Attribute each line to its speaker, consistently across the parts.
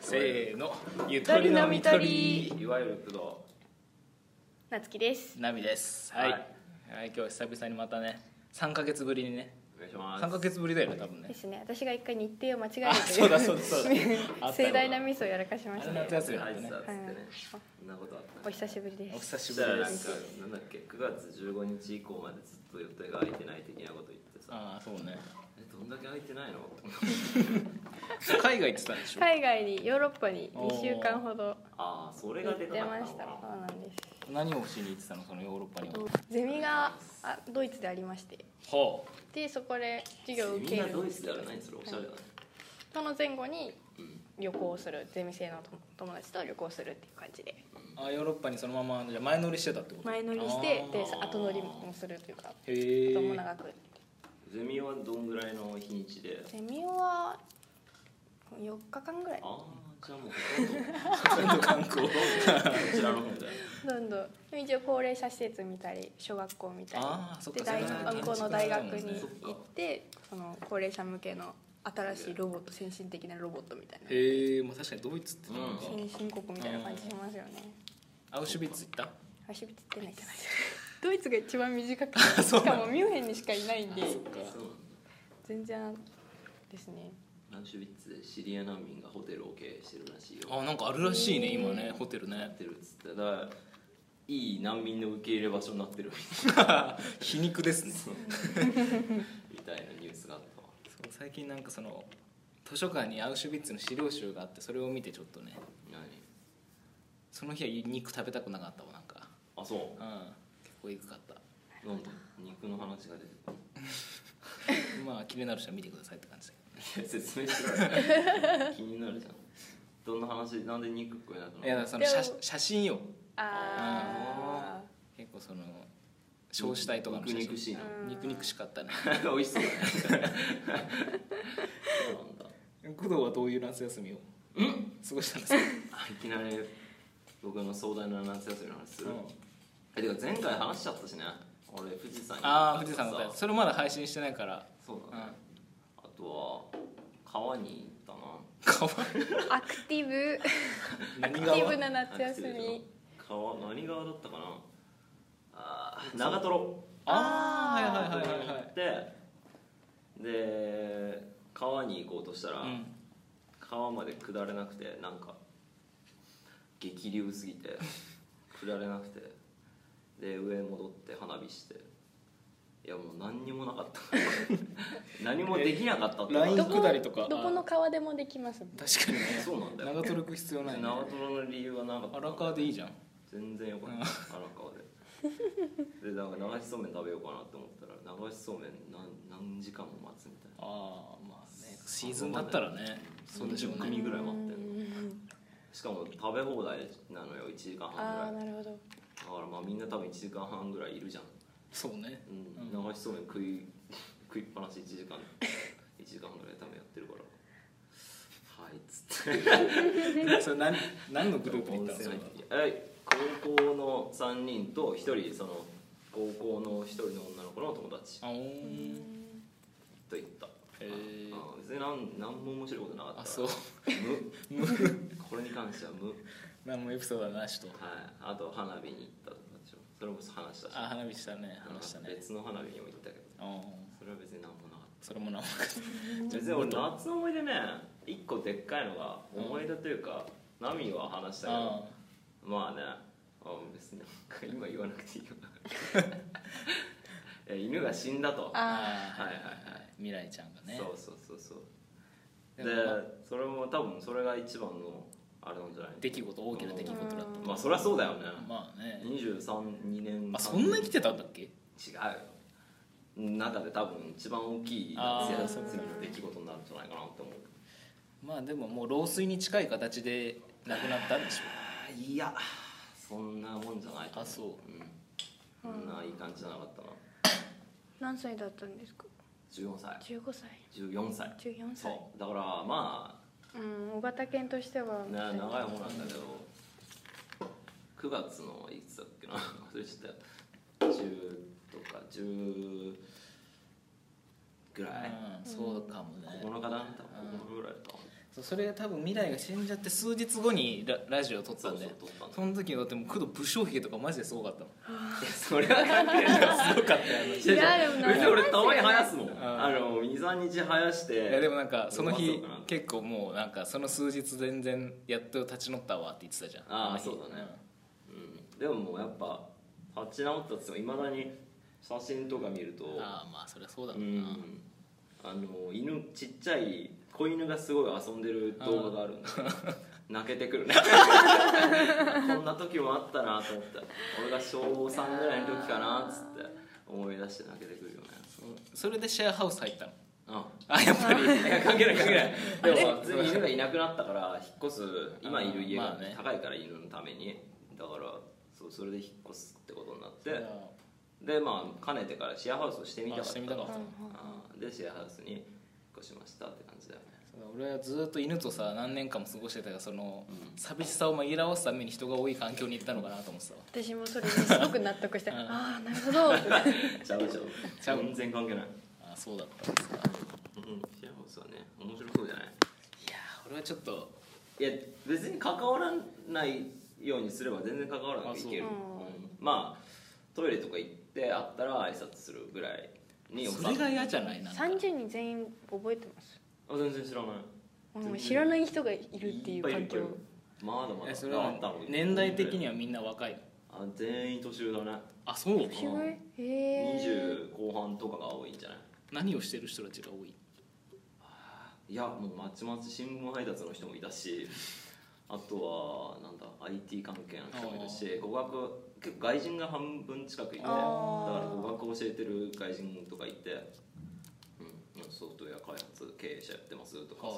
Speaker 1: せーのゆとりのみとり
Speaker 2: いわゆる工
Speaker 3: なつきです
Speaker 1: ナミですはい、
Speaker 2: は
Speaker 1: はいい今日は久々にまたね3か月ぶりにね
Speaker 2: 藤お願いします
Speaker 1: 3か月ぶりだよね多分
Speaker 3: で
Speaker 1: ね
Speaker 3: すね私が一回日程を間違える
Speaker 1: あそうだ そうだそうだあったよ
Speaker 3: 盛大なミスをやらかしまし
Speaker 1: あ
Speaker 3: た
Speaker 1: れ夏
Speaker 3: ね
Speaker 1: 休みだったね
Speaker 2: あいつだっつってね
Speaker 3: はい
Speaker 2: そんなことあった
Speaker 3: お久しぶり
Speaker 1: お
Speaker 3: です
Speaker 1: 久し
Speaker 2: そし
Speaker 1: ぶ
Speaker 2: たら
Speaker 1: り
Speaker 2: なん
Speaker 1: で
Speaker 2: か
Speaker 1: す
Speaker 2: なんだっけ9月15日以降までずっと予定が空いてない的なこと言ってさ
Speaker 1: ああそうね
Speaker 2: えどんだけ空いてないの
Speaker 1: 海外行ってたんでしょ
Speaker 3: 海外にヨーロッパに2週間ほど
Speaker 2: ああそれ
Speaker 3: 行
Speaker 2: が
Speaker 3: っ
Speaker 2: で
Speaker 3: て
Speaker 2: かかった
Speaker 3: ま
Speaker 2: の
Speaker 3: した
Speaker 2: かな
Speaker 3: そうなんです
Speaker 1: 何をしに行ってたのそのヨーロッパには
Speaker 3: ゼミがあドイツでありまして
Speaker 1: ほ
Speaker 3: でそこで授業を受
Speaker 2: みん
Speaker 3: け
Speaker 2: な
Speaker 3: る
Speaker 2: ドイツでやらないんですよおしゃれだね
Speaker 3: その前後に
Speaker 2: うん
Speaker 3: 旅行するゼミ生の友達と旅行するっていう感じで
Speaker 1: うあヨーロッパにそのままじゃあ前乗りしてたってこと
Speaker 3: 前乗りしてで
Speaker 1: あー
Speaker 3: 後乗りもするというか
Speaker 1: へ
Speaker 3: と
Speaker 1: え
Speaker 3: ても長く
Speaker 2: ゼミはどんぐらいの日にちで
Speaker 3: ゼミは4日間ぐらい
Speaker 2: ああじゃあもうほとんど
Speaker 1: 観光
Speaker 2: こちらの方で
Speaker 3: どんどん一応高齢者施設見たり小学校見たり
Speaker 1: あーそっか
Speaker 3: で大
Speaker 1: それは
Speaker 3: 学向こうの大学
Speaker 1: 建
Speaker 3: に
Speaker 1: 築
Speaker 2: だもんね
Speaker 3: 行ってその高齢者向けの新しいロボット先進的なロボットみたいな
Speaker 1: へえまあ確かにドイツってなんか、
Speaker 3: 先進国みたいな感じしますよね
Speaker 1: アウシュビッツ行った
Speaker 3: アシビってないじゃない ですかドイツが一番短くて
Speaker 1: そ
Speaker 3: し
Speaker 1: うな
Speaker 3: か
Speaker 1: の
Speaker 3: もミュンヘンにしかいないんで
Speaker 2: そうなんだ
Speaker 3: 全然ですね
Speaker 2: ランシュビッツでシリア難民がホテルを経営してるらしいよ
Speaker 1: あなんかあるらしいね今ねホテルね
Speaker 2: やってるっつってだからいい難民の受け入れ場所になってる
Speaker 1: 皮肉ですね
Speaker 2: みたいなニュースがあったわ
Speaker 1: そう最近なんかその図書館にアウシュビッツの資料集があってそれを見てちょっとね
Speaker 2: 何
Speaker 1: その日は肉食べたくなかったわなんか
Speaker 2: あそう
Speaker 1: うん結構いくかった
Speaker 2: なんと肉の話が出てく
Speaker 1: まあ気になる人は見てくださいって感じだけ
Speaker 2: る説明しろよ 気になるじゃんどんな話なんで肉食えなくな
Speaker 1: どいやだ
Speaker 2: っ
Speaker 1: からその写
Speaker 3: でも
Speaker 1: 写真よ
Speaker 2: あ
Speaker 3: あ
Speaker 1: 結構その焼死体とかの写真
Speaker 2: 肉肉しいな
Speaker 3: うん
Speaker 1: 肉肉しかったね
Speaker 2: た 美味しそうだねそうなんだ
Speaker 1: 工藤はどういう夏休みを
Speaker 2: うん
Speaker 1: 過ごしたんですか、
Speaker 2: あいきなり僕の壮大な夏休みの話す
Speaker 1: う
Speaker 2: る、
Speaker 1: ん
Speaker 2: えてか前回話しちゃったしね俺富士山に
Speaker 1: ああ富士山の歌
Speaker 2: さ
Speaker 1: それまだ配信してないから
Speaker 2: そう
Speaker 1: うん
Speaker 2: だね、あとは川に行ったな
Speaker 1: かわ
Speaker 3: ーアクティブ
Speaker 1: い
Speaker 3: アクティブな夏休み
Speaker 2: 川何川だったかなあー長瀞
Speaker 1: ああはいはいはいはいは
Speaker 2: 行
Speaker 1: い
Speaker 2: ってで川に行こうとしたら、
Speaker 1: うん
Speaker 2: 川まで下れなくてなんか激流すぎ て下れなくてで上戻って花火していやもう何にもなかった 何もできなかったって
Speaker 1: えライン
Speaker 3: どこ
Speaker 1: 下りとか
Speaker 3: どこの川でもできます
Speaker 1: 確かにね
Speaker 2: そうなんだよ
Speaker 1: 長トルク必要ないね
Speaker 2: 長瀞の理由はなかった
Speaker 1: 荒川でいいじゃん
Speaker 2: 全然よかった荒川ででなんか流しそうめん食べようかなって思ったら流しそうめん何何時間も待つみたいな
Speaker 1: ああまあねシーズンだったらねそうでしょうね
Speaker 2: 30組ぐらい待って
Speaker 3: うん
Speaker 2: の
Speaker 3: ん
Speaker 2: しかも食べ放題なのよ1時間
Speaker 3: あ
Speaker 2: 半
Speaker 3: あ
Speaker 2: ぐらい
Speaker 3: なるほど
Speaker 2: だからまあみんな多分1時間半ぐらいいるじゃん、
Speaker 1: そうね
Speaker 2: うん流しそうめん食い 食いっぱなし1時間1時間半ぐらい多分やってるからはいっつって
Speaker 1: それ何何のグループに行ったのそれ
Speaker 2: 温泉え高校の3人と1人その高校の1人の女の子の友達
Speaker 1: あおー
Speaker 2: と行った
Speaker 1: へえ
Speaker 2: あ別になん何も面白いことなかった
Speaker 1: あそう
Speaker 2: 無無これに関しては無はい
Speaker 1: 何もエピソードはなしと
Speaker 2: あと花火に行ったとかでしょそれも話したし
Speaker 1: あ花火したね話したね
Speaker 2: 別の花火にも行ったけど
Speaker 1: あー
Speaker 2: それは別に何もなかっ
Speaker 1: それもな
Speaker 2: た別に俺夏の思い出ね一個でっかいのが
Speaker 1: うん
Speaker 2: 思い出というか、ナミは話したけど
Speaker 1: あ
Speaker 2: まあねあ別になんか今言わなくてい いよえ犬が死んだと
Speaker 1: あ
Speaker 3: あ
Speaker 1: はいはい
Speaker 2: はいはい
Speaker 1: はい未来ちゃんがね
Speaker 2: そうそうそうそうで
Speaker 1: でもまあ
Speaker 2: それも多分それが一番のあれなんじゃない
Speaker 1: 出来事大きな出来事だった
Speaker 3: うん
Speaker 2: まあそりゃそうだよね
Speaker 1: まあね
Speaker 2: 232年間
Speaker 1: あそんな生きてたんだっけ
Speaker 2: 違うよ中で多分一番大きい
Speaker 1: あ
Speaker 2: 夏
Speaker 1: ー
Speaker 2: 休みの出来事になるんじゃないかなって思う
Speaker 1: まあでももう老衰に近い形で亡くなったんでしょ
Speaker 2: あいやそんなもんじゃないと思、
Speaker 1: あそう
Speaker 2: うん、そんないい感じじゃなかったな
Speaker 3: 何歳だったんですか
Speaker 2: 14歳
Speaker 3: 15歳
Speaker 2: 14歳
Speaker 3: 14歳
Speaker 2: そうだからま
Speaker 3: うん小型犬としては
Speaker 2: あ、ね、長い方なんだけど9月のいつだっけな忘れちゃったよ10とか10ぐらい
Speaker 1: うんそうかもね
Speaker 2: 9日だった9日ぐらいだった
Speaker 1: そうそれが多分未来が死んじゃって数日後にララジオ撮ったんで
Speaker 2: そうそう撮ったんだ
Speaker 1: その時だってもう工藤武将髭とかマジですごかったも んいやそれは関係ないすごかったよあの人
Speaker 3: いやでもなりますよね
Speaker 2: 俺たまに生やすもん、
Speaker 1: ん
Speaker 2: あの23日生やして
Speaker 1: いやでもなんかその
Speaker 2: どう
Speaker 1: 日
Speaker 2: なったのかな
Speaker 1: 結構もうなんかその数日全然やっと立ち直ったわって言ってたじゃん
Speaker 2: あー
Speaker 1: の日
Speaker 2: そうだねうんでももうやっぱ立ち直ったっつってもいまだに写真とか見ると
Speaker 1: うんああまあそりゃそうだ
Speaker 2: う
Speaker 1: ろうな、
Speaker 2: んあの犬ちっちゃい子犬がすごい遊んでる動画があるんだけど泣けてくるねこんな時もあったなと思って俺が小3ぐらいの時かなっつって思い出して泣けてくるよね
Speaker 1: それでシェアハウス入ったの
Speaker 2: あ
Speaker 1: あやっぱり
Speaker 2: いや関係ない関係ないでも普通に犬がいなくなったから引っ越す今いる家
Speaker 1: あー
Speaker 2: が
Speaker 1: まあね
Speaker 2: 高いから犬のためにだからそうそれで引っ越すってことになって
Speaker 1: で
Speaker 2: でまあかねてからシェアハウスをしてみたか
Speaker 1: あ
Speaker 2: っ
Speaker 1: したてみたかったの
Speaker 2: あーでシェアハウスに引っ越しましたって感じだよね
Speaker 1: そう俺はずっと犬とさ何年間も過ごしてたからその寂しさを紛らわすために人が多い環境に行ったのかなと思ってたわ
Speaker 3: 私もそれにすごく納得して
Speaker 1: うん
Speaker 3: ああなるほどって
Speaker 2: ちゃうちゃう
Speaker 1: ちゃう
Speaker 2: 全然関係ない、
Speaker 1: あそうだったんですかい
Speaker 2: うん、シェアハウスはね面白そうじゃない
Speaker 1: やー俺はちょっと
Speaker 2: いや別に関わらないようにすれば全然関わらなくていける
Speaker 3: あそう
Speaker 2: うんまあトイレとか行って会ったら挨拶するぐらいに
Speaker 1: それが嫌じゃないなんか
Speaker 3: 30人全員覚えてます
Speaker 2: あ全然知らない
Speaker 3: もう知らない人がいるってい
Speaker 2: っ
Speaker 3: う環境
Speaker 2: ぱいいるいっぱいいるまだま
Speaker 1: え
Speaker 2: だ
Speaker 1: それは
Speaker 2: あったの
Speaker 1: 年代的にはみんな若いの
Speaker 2: あ全員年上だね
Speaker 1: あそう
Speaker 3: 年上へえ
Speaker 2: 20後半とかが多いんじゃない
Speaker 1: 何をしてる人たちが多い
Speaker 2: いやもうまちまち新聞配達の人もいたしあとはなんだ IT 関係の人もいるし語学結構外人が半分近くいてだから
Speaker 3: あー
Speaker 2: 語学教えてる外人とかいて、うん、ソフトウェア開発経営者やってますとか
Speaker 1: へー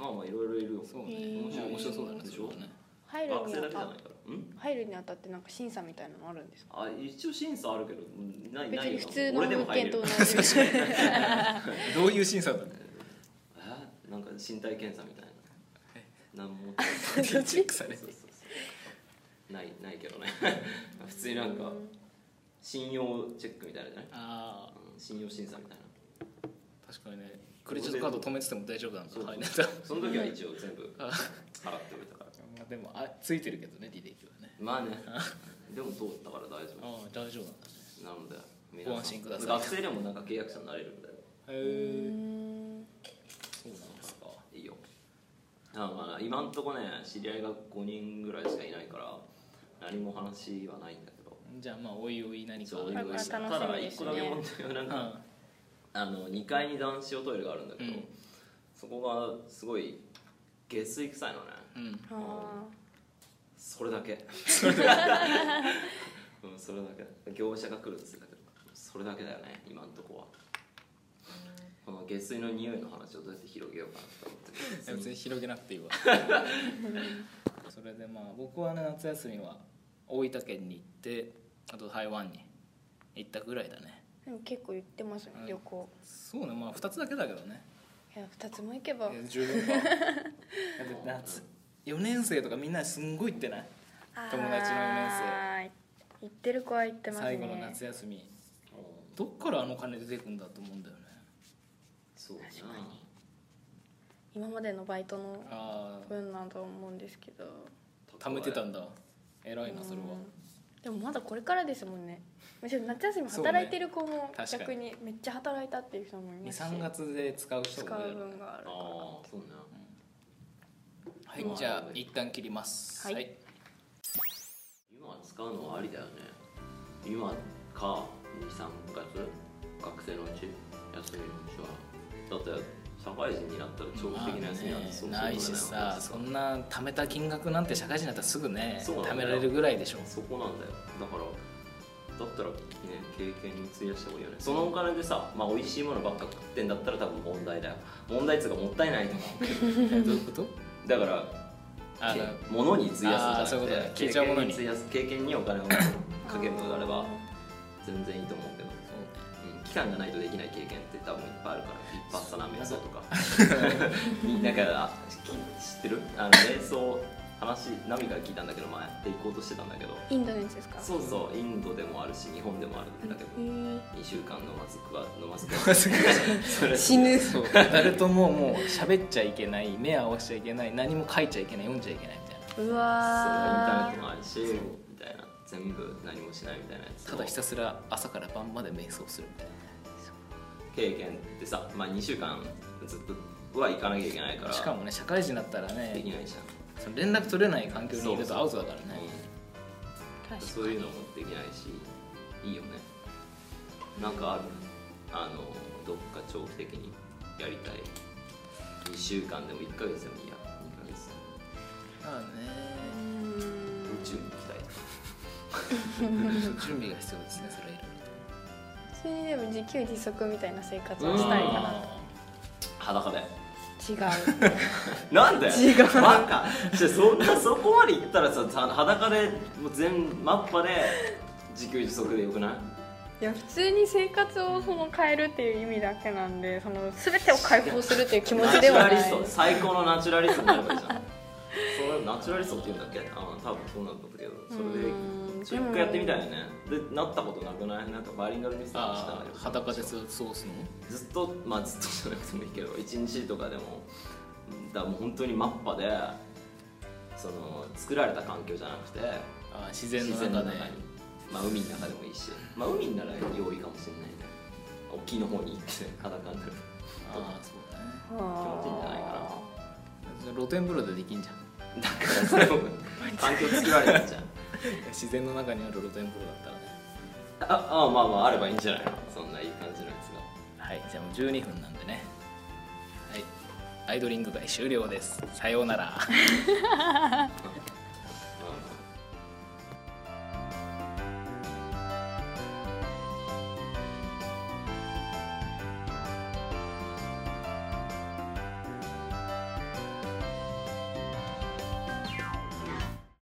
Speaker 2: そういう人もいてまあまあいろいろいるよ
Speaker 1: そうね
Speaker 3: へー
Speaker 1: 面白い面白そうだね
Speaker 2: で
Speaker 1: そ
Speaker 2: し
Speaker 1: れ
Speaker 2: ょ
Speaker 1: はね
Speaker 3: 入る
Speaker 2: 学
Speaker 3: に
Speaker 2: 生だけじ
Speaker 3: あ
Speaker 2: ゃ
Speaker 3: た
Speaker 2: ないからうん
Speaker 3: 入るにあたってなんか審査みたいなのあるんですか
Speaker 2: あ一応審査あるけどうんない
Speaker 3: 別
Speaker 2: ない
Speaker 3: に
Speaker 2: よ
Speaker 3: 普通の
Speaker 2: 俺でも
Speaker 3: 物
Speaker 2: 入
Speaker 3: 件
Speaker 2: れ
Speaker 3: と
Speaker 2: る
Speaker 3: 同
Speaker 1: どう
Speaker 3: じで
Speaker 1: いう審査だ
Speaker 2: えなんか身体検査みたいななんも
Speaker 1: チェックされ
Speaker 2: そうそうそうないないけどね 普通になんか信用チェックみたいなじゃない、
Speaker 1: ああ
Speaker 2: うん信用審査みたいな
Speaker 1: 確かにねクレジットカード止めてても大丈夫なんだ
Speaker 2: そうそう
Speaker 1: 入んない と
Speaker 2: その時は一応全部
Speaker 1: あ
Speaker 2: 払っておいたから
Speaker 1: まあでもあついてるけどね履歴はね
Speaker 2: まあねでも通ったから大丈
Speaker 1: ああ大丈夫なんだね
Speaker 2: 夫なので皆
Speaker 1: ご安心ください
Speaker 2: 学生でもなんか契約者になれるんだよ
Speaker 1: へえそう
Speaker 2: な
Speaker 1: なんん
Speaker 2: で
Speaker 1: だ
Speaker 2: すかいいよだからまあ今んとこね知り合いが5人ぐらいしかいないから何も話はないんだけど
Speaker 1: じゃあまあおいおい何か
Speaker 2: そういうの
Speaker 3: 楽しみ
Speaker 2: ただ
Speaker 3: です
Speaker 2: 一個
Speaker 3: ね
Speaker 2: だけ問題はなんか
Speaker 1: あ
Speaker 2: あの2階に男子用トイレがあるんだけど、
Speaker 1: うん
Speaker 2: そこがすごい下水臭いのね
Speaker 1: うん
Speaker 3: あ
Speaker 2: それだけ うんそれだけ業者が来るっつってたけどそれだけだよね今んとこはこの下水の匂いの話をどうやって広げようかなと思って
Speaker 1: 全然広げなく ていいわそれでまあ僕はね夏休みは大分県に行ってあと台湾に行ったぐらいだね
Speaker 3: ーでも結構言ってますね
Speaker 1: うん
Speaker 3: 旅行
Speaker 1: そうねまあ2つだけだけどね
Speaker 3: いや2つも行けば
Speaker 1: いや十分か だって夏4年生とかみんなすんごい行ってない
Speaker 3: あー
Speaker 1: 友達の四年
Speaker 3: 行ってる子は行ってますね
Speaker 1: 最後の夏休みどっからあの金出てくんだと思うんだよね
Speaker 2: そうだな
Speaker 3: 確かに今までのバイトの
Speaker 1: ああ
Speaker 3: 分なんだと思うんですけど
Speaker 1: 貯めてたんだ偉いなそれは
Speaker 3: でもまだこれからですもんねむしろ夏休み
Speaker 1: そうね
Speaker 3: 働いてる子も
Speaker 1: 確か
Speaker 3: 逆
Speaker 1: に
Speaker 3: にめっちゃ働いたっていう人もいますし
Speaker 1: 23月で使う人
Speaker 3: 使う
Speaker 1: もいる
Speaker 3: 分が
Speaker 2: あ
Speaker 3: ある
Speaker 2: あ
Speaker 3: か
Speaker 2: そうね
Speaker 1: はい
Speaker 2: うん
Speaker 1: じゃあ一旦切ります
Speaker 3: はい
Speaker 2: 今使うのはありだよね今か23月学生のうち休みのうちはだって社会人になったら長期的な休みなんてそうそう
Speaker 1: ないしさそんな貯めた金額なんて社会人になったらすぐね
Speaker 2: そうなんだ
Speaker 1: 貯
Speaker 2: よ
Speaker 1: められるぐらいでしょ
Speaker 2: そこなんだよだからだったらね経験に費やした方がいいよねそのお金でさまあ美味しいものばっか食ってんだったら多分問題だよ問題っつうかもったいないと思
Speaker 1: えどういうこと
Speaker 2: うだから
Speaker 1: あ
Speaker 2: け
Speaker 1: の
Speaker 2: 物に費やすんじゃなくて
Speaker 1: あーそういうことね消えちゃうものに
Speaker 2: 経験費やす経験にお金をかけるのであれば全然いいと思うけどうん期間がないとできない経験って多分いっぱいあるから一発さな瞑想とかなんかあき知ってるあの瞑想話ナミから聞いたんだけど前で行こうとしてたんだけど
Speaker 3: インドのやつですか
Speaker 2: そうそうインドでもあるし日本でもあるんだけど、
Speaker 3: へー
Speaker 2: 2週間のマスクはのマスク
Speaker 1: マスク
Speaker 2: そ れ
Speaker 3: 死ぬ
Speaker 1: そう誰とももう喋っちゃいけない目合わせちゃいけない何も書いちゃいけない読んじゃいけないみたいな
Speaker 3: う
Speaker 2: そうインター
Speaker 3: わ
Speaker 2: ネットもあるし
Speaker 1: そう
Speaker 2: みたいな全部何もしないみたいなやつを
Speaker 1: ただひたすら朝から晩まで瞑想するみたい
Speaker 2: 経験ってさ、まあ、2週間ずっとは行かなきゃいけないから
Speaker 1: なしかもね社会人になったら
Speaker 2: でき
Speaker 1: ね
Speaker 2: ないじ
Speaker 1: その連絡取れない環境にいる
Speaker 2: そ
Speaker 1: と
Speaker 2: う
Speaker 1: アウトだから
Speaker 2: ゃん、
Speaker 1: ね
Speaker 2: うん
Speaker 3: ー
Speaker 2: そういうのもできないしいいよねなんかあるあのどっか長期的にやりたい2週間でも1ヶ月でもいいや2ヶ月でも
Speaker 1: まあね
Speaker 3: うーん
Speaker 2: 宇宙に行きたい
Speaker 1: 準備が必要ですねそれはいろい
Speaker 3: それでも自給自足みたいな生活
Speaker 1: ろ
Speaker 3: を
Speaker 1: と
Speaker 3: したいかな
Speaker 1: あ
Speaker 2: 裸で
Speaker 3: 違
Speaker 2: なんだよ
Speaker 3: 違う
Speaker 2: バカじゃあそんなそこまで行ったらささ裸でもう全マッパで自給自足でよくないう
Speaker 3: いや普通に生活をその変えるっていう意味だけなんでその全てを解放するっていう気持
Speaker 2: ナ
Speaker 3: ち
Speaker 2: チ
Speaker 3: で
Speaker 2: ュラ
Speaker 3: はな
Speaker 2: リ
Speaker 3: い
Speaker 2: スト最高のナチュラリストになればいいじゃんそれナチュラリストって言うんだっけあ多分そうなんだけどそれで
Speaker 3: うん
Speaker 2: ちょっと一回やってみたいよねでなったことなくないなんかバイリンガルミスターしたんだ
Speaker 1: あ
Speaker 2: けど
Speaker 1: 裸で過ごすの
Speaker 2: ずっとまあずっとじゃなくてもいいけど一日とかでもだからもう本当にマッパでその作られた環境じゃなくて
Speaker 1: あ自然
Speaker 2: 自
Speaker 1: の
Speaker 2: 然の
Speaker 1: 中
Speaker 2: 中
Speaker 1: で
Speaker 2: にまあ海の中でもいいしまあ海なら容易かもしれないね沖の方に行って裸になる
Speaker 1: ああそうだね
Speaker 3: 気
Speaker 2: 持ちいいんじゃないか
Speaker 1: 露天風呂でできんじゃん
Speaker 2: だからそれも環境作られたじゃん
Speaker 1: 自然の中にある露天風呂だったらね
Speaker 2: ああまあまああればいいんじゃないのそんないい感じのやつが
Speaker 1: はいじゃあもう12分なんでねはいアイドリング会終了ですさようなら
Speaker 2: あ